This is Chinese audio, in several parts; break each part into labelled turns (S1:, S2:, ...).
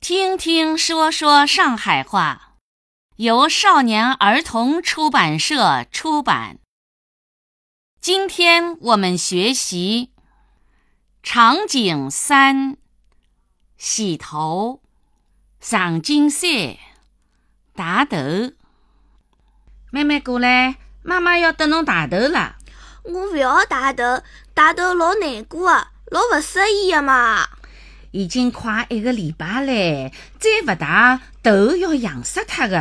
S1: 听听说说上海话，由少年儿童出版社出版。今天我们学习场景三：洗头、上景三、汏头。妹妹过来，妈妈要等侬汏头了。
S2: 我勿要汏头，汏头老难过的，老勿适意的嘛。
S1: 已经快一个礼拜嘞，再勿汏头要痒死脱个。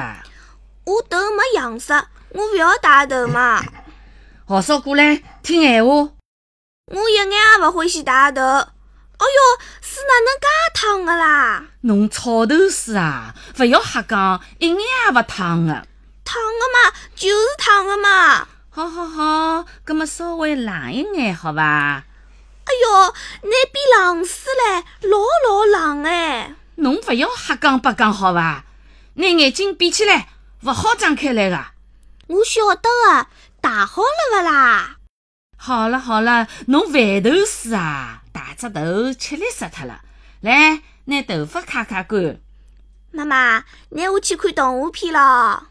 S2: 我头没样式，我勿要汏头嘛。
S1: 号召过来听闲话。
S2: 我一眼也勿欢喜汏头。哎哟，水哪能介烫个啦？
S1: 侬草头水啊，勿要瞎讲，一眼啊也勿烫个。
S2: 烫个嘛，就是烫个嘛。
S1: 好好好，葛么稍微冷一眼好伐？
S2: 哎哟，那边冷死嘞，老老冷哎。
S1: 侬勿要瞎讲八讲好伐？拿眼睛闭起来，勿好张开来啊个。
S2: 我晓得个，汏好了勿啦？
S1: 好了好了，侬饭头水啊，汏只头吃力死脱了。来，拿头发揩揩干。
S2: 妈妈，拿我去看动画片咯。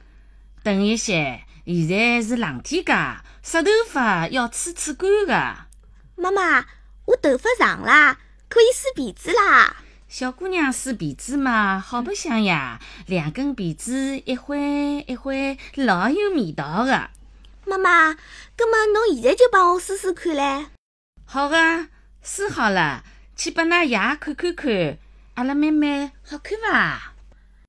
S1: 等一歇，现在是冷天介，湿头发要吹吹干个。
S2: 妈妈，我头发长啦，可以梳辫子啦。
S1: 小姑娘梳辫子嘛，好白相呀，两根辫子一挥一挥，老有味道啊个。
S2: 妈妈，葛么侬现在就帮我梳梳看唻。
S1: 好啊个，梳好了，去拨㑚爷看看看，阿拉妹妹好看伐？